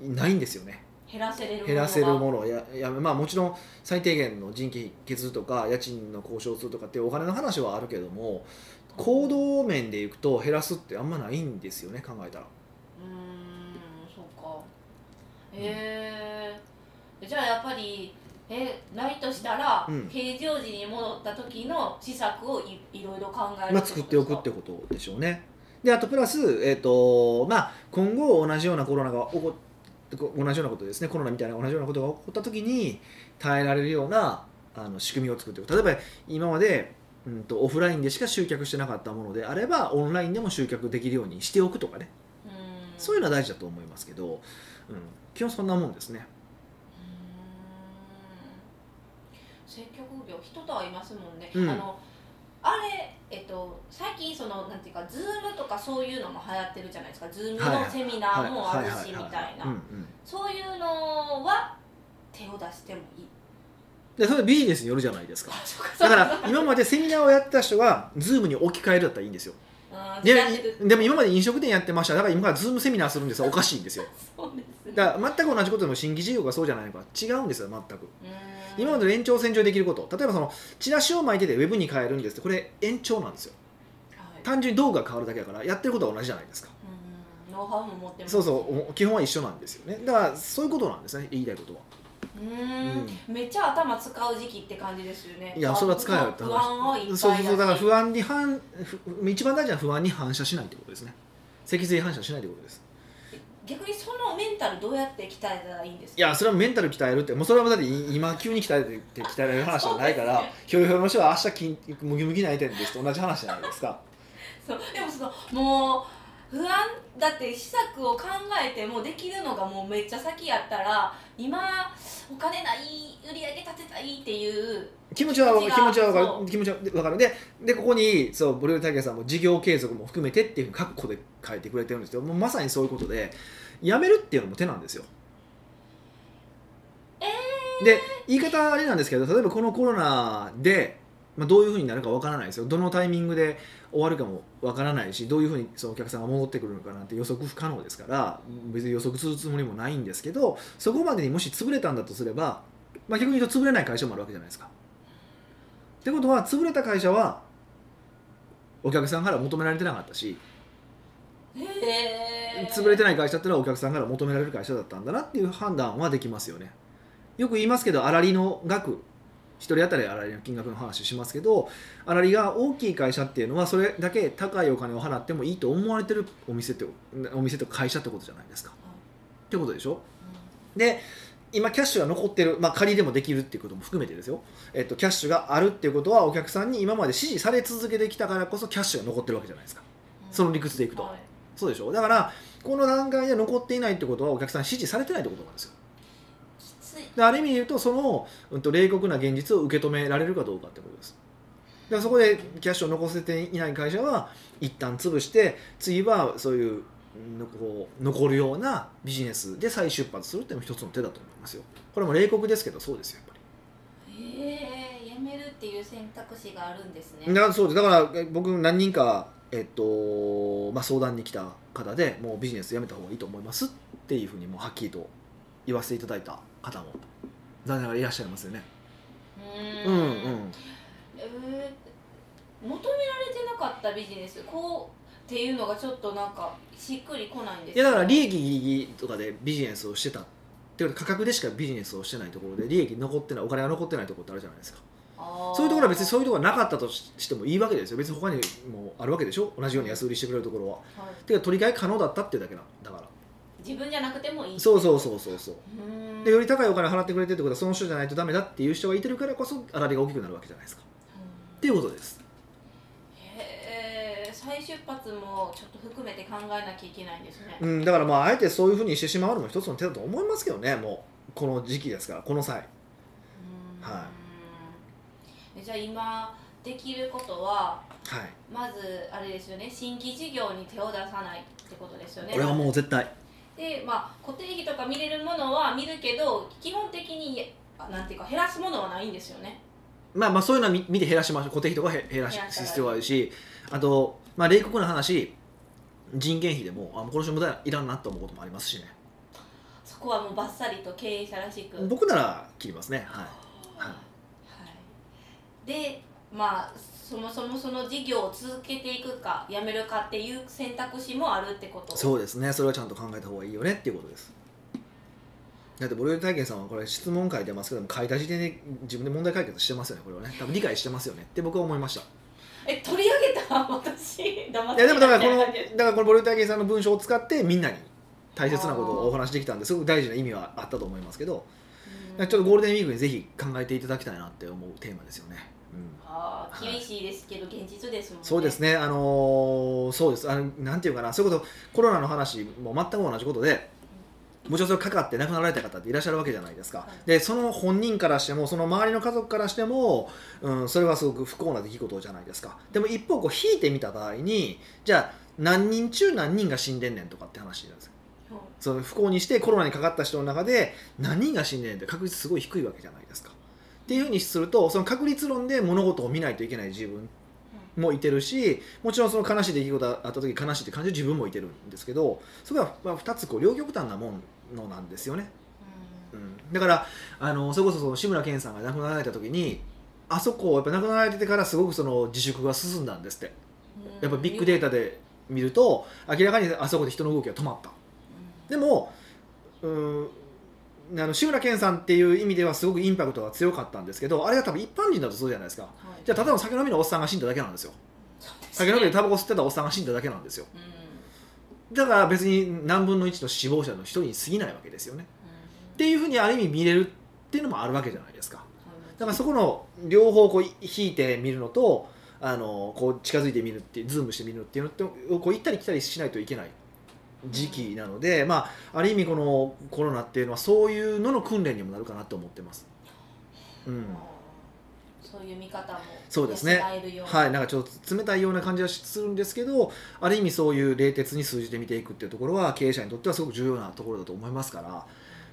[SPEAKER 1] ないんですよね
[SPEAKER 2] 減らせれるもの
[SPEAKER 1] 減らせる
[SPEAKER 2] の
[SPEAKER 1] ものをややめまあもちろん最低限の人件費削るとか家賃の交渉するとかっていうお金の話はあるけども行動面でいくと減らすってあんまないんですよね考えたら。
[SPEAKER 2] うーんそうかえーじゃあやっぱりえないとしたら、
[SPEAKER 1] うん
[SPEAKER 2] 平常時に戻った時の施策をいいろいろ考える
[SPEAKER 1] まあ、作っておくってことでしょうね。であとプラス、えーとまあ、今後同じようなコロナが起ここ同じようなことですねコロナみたいな同じようなことが起こった時に耐えられるようなあの仕組みを作っていく例えば今まで、うん、とオフラインでしか集客してなかったものであればオンラインでも集客できるようにしておくとかね
[SPEAKER 2] うーん
[SPEAKER 1] そういうのは大事だと思いますけど、うん、基本そんなもんですね。
[SPEAKER 2] うーん接客業人と会いますもんね、
[SPEAKER 1] うん
[SPEAKER 2] あのあれえっと最近そのなんていうかズームとかそういうのも流行ってるじゃないですかズーム
[SPEAKER 1] はい
[SPEAKER 2] のセミナーもあるしみた
[SPEAKER 1] う
[SPEAKER 2] い
[SPEAKER 1] んう
[SPEAKER 2] なんそういうのは手を出してもいい
[SPEAKER 1] でそれビジネスによるじゃないですか。
[SPEAKER 2] そうか
[SPEAKER 1] (laughs) だから今までセミナーをやってた人が Zoom に置き換えるだったらいいんですよ。
[SPEAKER 2] うん
[SPEAKER 1] で
[SPEAKER 2] 違ってる
[SPEAKER 1] でも今まで飲食店やってましただから今からズームセミナーするんですよおかしいんですよ
[SPEAKER 2] そうですね
[SPEAKER 1] だから全く同じことでも新規事業がそうじゃないのか違うんですよ全く
[SPEAKER 2] うーん
[SPEAKER 1] 今までの延長線上でできること例えばそのチラシを巻いててウェブに変えるんですってこれ延長なんですよ
[SPEAKER 2] はい
[SPEAKER 1] 単純に道具が変わるだけだからやってることは同じじゃないですか
[SPEAKER 2] うんノウハウも持ってます
[SPEAKER 1] そうそうお基本は一緒なんですよねだからそういうことなんですね言いたいことは
[SPEAKER 2] うーんめっちゃ頭使う時期って感じですよね
[SPEAKER 1] いやそれは使えよって
[SPEAKER 2] 不安をいっぱい
[SPEAKER 1] 話
[SPEAKER 2] だし
[SPEAKER 1] そうそうそうだから不安に反ふ一番大事な不安に反射しないってことですね脊髄反射しないってことです
[SPEAKER 2] 逆にそのメンタルどうやって鍛えたらいいんですか
[SPEAKER 1] いやそれはメンタル鍛えるってもうそれはだってい今急に鍛えてって鍛えられる話じゃないからひょろひょろの人は明日筋ムキムキになりたいんですと同じ話じゃないですか
[SPEAKER 2] そうでもそのもう不安だって施策を考えてもできるのがもうめっちゃ先やったら今お金ない売り上げ立てたいっていう
[SPEAKER 1] 気持ちはわかる気
[SPEAKER 2] 気
[SPEAKER 1] 持
[SPEAKER 2] 持
[SPEAKER 1] ち
[SPEAKER 2] ち
[SPEAKER 1] は
[SPEAKER 2] が
[SPEAKER 1] わかる気持ちはわかるででここにそうブルータイガーさんも事業継続も含めてっていうふうに括弧で書いてくれてるんですけどもうまさにそういうことでやめるっていうのも手なんですよ
[SPEAKER 2] えー
[SPEAKER 1] で言い方あれなんですけど例えばこのコロナでまあ、どういうふうになるかわからないですよどのタイミングで終わるかもわからないしどういうふうにそのお客さんが戻ってくるのかなんて予測不可能ですから別に予測するつもりもないんですけどそこまでにもし潰れたんだとすれば、まあ、逆に言うと潰れない会社もあるわけじゃないですか。ってことは潰れた会社はお客さんから求められてなかったし
[SPEAKER 2] へえ
[SPEAKER 1] 潰れてない会社ってのはお客さんから求められる会社だったんだなっていう判断はできますよねよく言いますけど粗利の額1人当たり粗利の金額の話しますけど粗利が大きい会社っていうのはそれだけ高いお金を払ってもいいと思われてるお店ってお店と会社ってことじゃないですかってことでしょで今キャッシュが残ってる、まあ、仮でもできるっていうことも含めてですよ、えっと、キャッシュがあるっていうことはお客さんに今まで支持され続けてきたからこそキャッシュが残ってるわけじゃないですかその理屈でいくと
[SPEAKER 2] はい
[SPEAKER 1] そうでしょだからこの段階で残っていないってことはお客さんに支持されてないってことなんですよ
[SPEAKER 2] きつい
[SPEAKER 1] である意味で言うとその、うん、と冷酷な現実を受け止められるかどうかってことですだからそこでキャッシュを残せていない会社は一旦潰して次はそういううんこう残るようなビジネスで再出発するっていうのも一つの手だと思いますよこれも冷酷ですけどそうですよやっぱり
[SPEAKER 2] へえやめるっていう選択肢があるんですね
[SPEAKER 1] だからそうですだからえ僕何人か、えっとまあ、相談に来た方でもうビジネスやめた方がいいと思いますっていうふうにもうはっきりと言わせていただいた方も残念ながらいらっしゃいますよね。
[SPEAKER 2] う
[SPEAKER 1] うん
[SPEAKER 2] ん
[SPEAKER 1] うん、
[SPEAKER 2] えー求められてなかったビジネスこうっていうのがちょっとなんかしっくりこないんです
[SPEAKER 1] いやだから利益ギリギリとかでビジネスをしてたっていうか価格でしかビジネスをしてないところで利益残ってないお金が残ってないところってあるじゃないですかそういうところは別にそう
[SPEAKER 2] う
[SPEAKER 1] いうところがなかったとししてもいいわけですよ別に他にもあるわけでしょ同じように安売りしてくれるところはていうか取り替え可能だったっていうだけなんだか
[SPEAKER 2] 自分じゃなくてもい
[SPEAKER 1] ら
[SPEAKER 2] い
[SPEAKER 1] そうそうそうそうそう
[SPEAKER 2] うーん
[SPEAKER 1] でより高いお金払ってくれてるってことはその人じゃないとダメだっていう人がいてるからこそ粗利が大きくなるわけじゃないですか
[SPEAKER 2] うん
[SPEAKER 1] っていうことです
[SPEAKER 2] へえ再出発もちょっと含めて考えなきゃいけないんですね
[SPEAKER 1] うんだからまああえてそういうふうにしてしまうのも一つの手だと思いますけどねもうこの時期ですからこの際
[SPEAKER 2] うーん
[SPEAKER 1] は
[SPEAKER 2] えじゃあ今できることは
[SPEAKER 1] はい
[SPEAKER 2] まずあれですよね新規事業に手を出さないってことですよね
[SPEAKER 1] これはもう絶対
[SPEAKER 2] でまあ固定費とか見れるものは見るけど基本的にあなんていうか減らすものはないんですよね
[SPEAKER 1] まあまあそういうのは見見て減らしましょう固定費とかへ減らし
[SPEAKER 2] 減らしたら
[SPEAKER 1] 必要があるしあとまあ冷酷な話人件費でもあもうこの人無駄いらんなと思うこともありますしね
[SPEAKER 2] そこはもうバッサリと経営者らしく
[SPEAKER 1] 僕なら切りますねはい
[SPEAKER 2] はいでまあそもそもその事業を続けていくかやめるかっていう選択肢もあるってこと
[SPEAKER 1] そうですねそれはちゃんと考えた方がいいよねっていうことですだってボリューム体験さんはこれ質問書いてますけども書いた時点で自分で問題解決してますよねこれをね多分理解してますよねって僕は思いました
[SPEAKER 2] え取り上げた私黙っ
[SPEAKER 1] い
[SPEAKER 2] て
[SPEAKER 1] やでもだから
[SPEAKER 2] み
[SPEAKER 1] こ
[SPEAKER 2] たい
[SPEAKER 1] のだ
[SPEAKER 2] な感じ
[SPEAKER 1] からこのボリューム体験さんの文章を使ってみんなに大切なことをお話しできたんですごく大事な意味はあったと思いますけどちょ
[SPEAKER 2] う
[SPEAKER 1] っ
[SPEAKER 2] ん
[SPEAKER 1] とゴールデンウィークにぜひ考えていただきたいなって思うテーマですよね、うん
[SPEAKER 2] あー
[SPEAKER 1] はい
[SPEAKER 2] 厳しいですけど現実ですもんね
[SPEAKER 1] そうですね、あのーそうですあの、なんていうかな、そういうこと、コロナの話も全く同じことで、もちろんそれかかって亡くなられた方っていらっしゃるわけじゃないですか、
[SPEAKER 2] はい
[SPEAKER 1] でその本人からしても、その周りの家族からしても、うん、それはすごく不幸な出来事じゃないですか、でも一方、こう引いてみた場合に、じゃあ、何人中何人が死んでんねんとかって話なんですよ
[SPEAKER 2] うん
[SPEAKER 1] その不幸にしてコロナにかかった人の中で何人が死んでるって確率すごい低いわけじゃないですか。っていうふうにするとその確率論で物事を見ないといけない自分もいてるしもちろんその悲しい出来事があった時悲しいって感じる自分もいてるんですけどそれはまあ2つこう両極端なものなんですよね。
[SPEAKER 2] うん
[SPEAKER 1] うん、だからあのそれこそその志村けんさんが亡くなられた時にあそこをやっぱ亡くなられてからすごくその自粛が進んだんですってやっぱビッグデータで見ると明らかにあそこで人の動きが止まった。でもうーんあの志村けんさんっていう意味ではすごくインパクトが強かったんですけどあれが多分一般人だとそうじゃないですか
[SPEAKER 2] はい
[SPEAKER 1] じゃあただの酒飲みのおっさんが死んだだけなんですよ
[SPEAKER 2] そうです
[SPEAKER 1] 酒
[SPEAKER 2] ね
[SPEAKER 1] 飲みでタバコ吸ってたおっさんが死んだだけなんですよ
[SPEAKER 2] うんうん
[SPEAKER 1] だから別に何分の1の死亡者の一人に過ぎないわけですよねっていうふうにある意味見れるっていうのもあるわけじゃないですかだからそこの両方こう引いてみるのとあのこう近づいてみるっていうズームしてみるっていうのってこう行ったり来たりしないといけない時期なので、まあ、ある意味このコロナっていうのはそういうのの訓練にもなるかなと思ってます。うん
[SPEAKER 2] あーそういう見方も
[SPEAKER 1] そうですね
[SPEAKER 2] 養えるように
[SPEAKER 1] はい、なんかちょっと冷たいような感じはするんですけどある意味そういう冷徹に通じて見ていくっていうところは経営者にとってはすごく重要なところだと思いますから、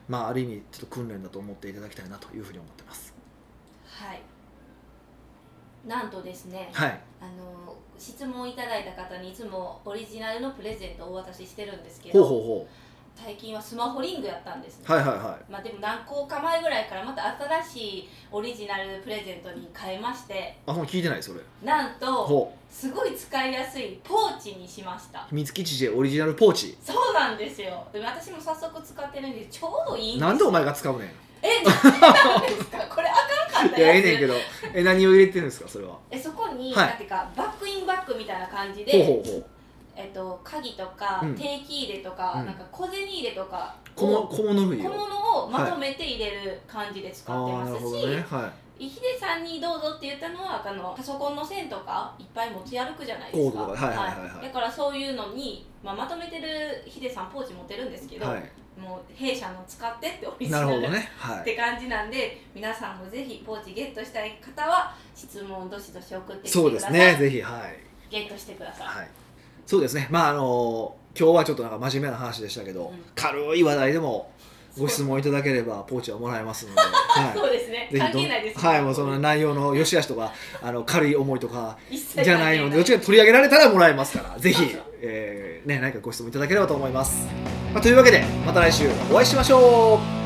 [SPEAKER 1] まあ、ある意味ちょっと訓練だと思っていただきたいなというふうに思ってます。
[SPEAKER 2] はい。なんとですね
[SPEAKER 1] はい
[SPEAKER 2] あの質問いただいた方にいつもオリジナルのプレゼントをお渡ししてるんですけ
[SPEAKER 1] ほう
[SPEAKER 2] ど
[SPEAKER 1] ほうほ
[SPEAKER 2] 最近はスマホリングやったんですね、
[SPEAKER 1] うはいはいは
[SPEAKER 2] まあ、でも何個か前ぐらいからまた新しいオリジナルプレゼントに変えまして
[SPEAKER 1] いあもう聞いてないそれ
[SPEAKER 2] なんと
[SPEAKER 1] ほ
[SPEAKER 2] すごい使いやすいポーチにしました
[SPEAKER 1] う秘密基地でオリジナルポーチ
[SPEAKER 2] そうなんですよで私も早速使ってるんでちょうどいい
[SPEAKER 1] なんでお前が使うね
[SPEAKER 2] えなんでですかこれあかんかっ
[SPEAKER 1] んい
[SPEAKER 2] たや
[SPEAKER 1] や
[SPEAKER 2] つ
[SPEAKER 1] ええねんけどえ何を入れてるんですかそれは
[SPEAKER 2] えそこに、
[SPEAKER 1] はい
[SPEAKER 2] なんていうかバックインバックみたいな感じで
[SPEAKER 1] ほうほうほう
[SPEAKER 2] えっと、鍵とか、
[SPEAKER 1] うん
[SPEAKER 2] 定期入れとか、
[SPEAKER 1] うん
[SPEAKER 2] なんか小銭入れとか
[SPEAKER 1] 小物
[SPEAKER 2] を
[SPEAKER 1] 小物類
[SPEAKER 2] 小
[SPEAKER 1] を
[SPEAKER 2] 物をまとめて入れる感じで使
[SPEAKER 1] あ
[SPEAKER 2] って
[SPEAKER 1] あー
[SPEAKER 2] ま
[SPEAKER 1] なる
[SPEAKER 2] す
[SPEAKER 1] ほ
[SPEAKER 2] し、
[SPEAKER 1] どねは
[SPEAKER 2] ヒデさんにどうぞって言ったのはあのパソコンの線とかいっぱい持ち歩くじゃないですか
[SPEAKER 1] コードとかはいはいはいはい
[SPEAKER 2] だからそういうのに、まあ、まとめてるヒデさんポーチ持ってるんですけ
[SPEAKER 1] い
[SPEAKER 2] ど、
[SPEAKER 1] は
[SPEAKER 2] もう弊社の使ってってオリ
[SPEAKER 1] い
[SPEAKER 2] ジ
[SPEAKER 1] な
[SPEAKER 2] ナ
[SPEAKER 1] る
[SPEAKER 2] ル
[SPEAKER 1] ほどねは
[SPEAKER 2] っ
[SPEAKER 1] い
[SPEAKER 2] て感じなんで皆さんもぜひポーチゲットしたい方は質問どしどし送ってきて
[SPEAKER 1] そう
[SPEAKER 2] く
[SPEAKER 1] で
[SPEAKER 2] だ
[SPEAKER 1] す
[SPEAKER 2] さい、
[SPEAKER 1] ねぜひはい
[SPEAKER 2] ゲットしてください、
[SPEAKER 1] はい、そうですね、まああの今日はちょっとなんか真面目な話でしたけど、
[SPEAKER 2] うん
[SPEAKER 1] 軽い話題でもご質問いただければポーチはもらえますので、
[SPEAKER 2] (laughs) そ
[SPEAKER 1] は
[SPEAKER 2] うですね
[SPEAKER 1] い、ぜ
[SPEAKER 2] 関
[SPEAKER 1] ひど
[SPEAKER 2] 係ないです
[SPEAKER 1] はい、もうその内容の良し悪しとかあの軽い思いとか
[SPEAKER 2] 一切関係
[SPEAKER 1] じゃないので、どっちか取り上げられたらもらえますから、ぜひ、えーね、何かご質問いただければと思います。まあというわけで、また来週お会いしましょう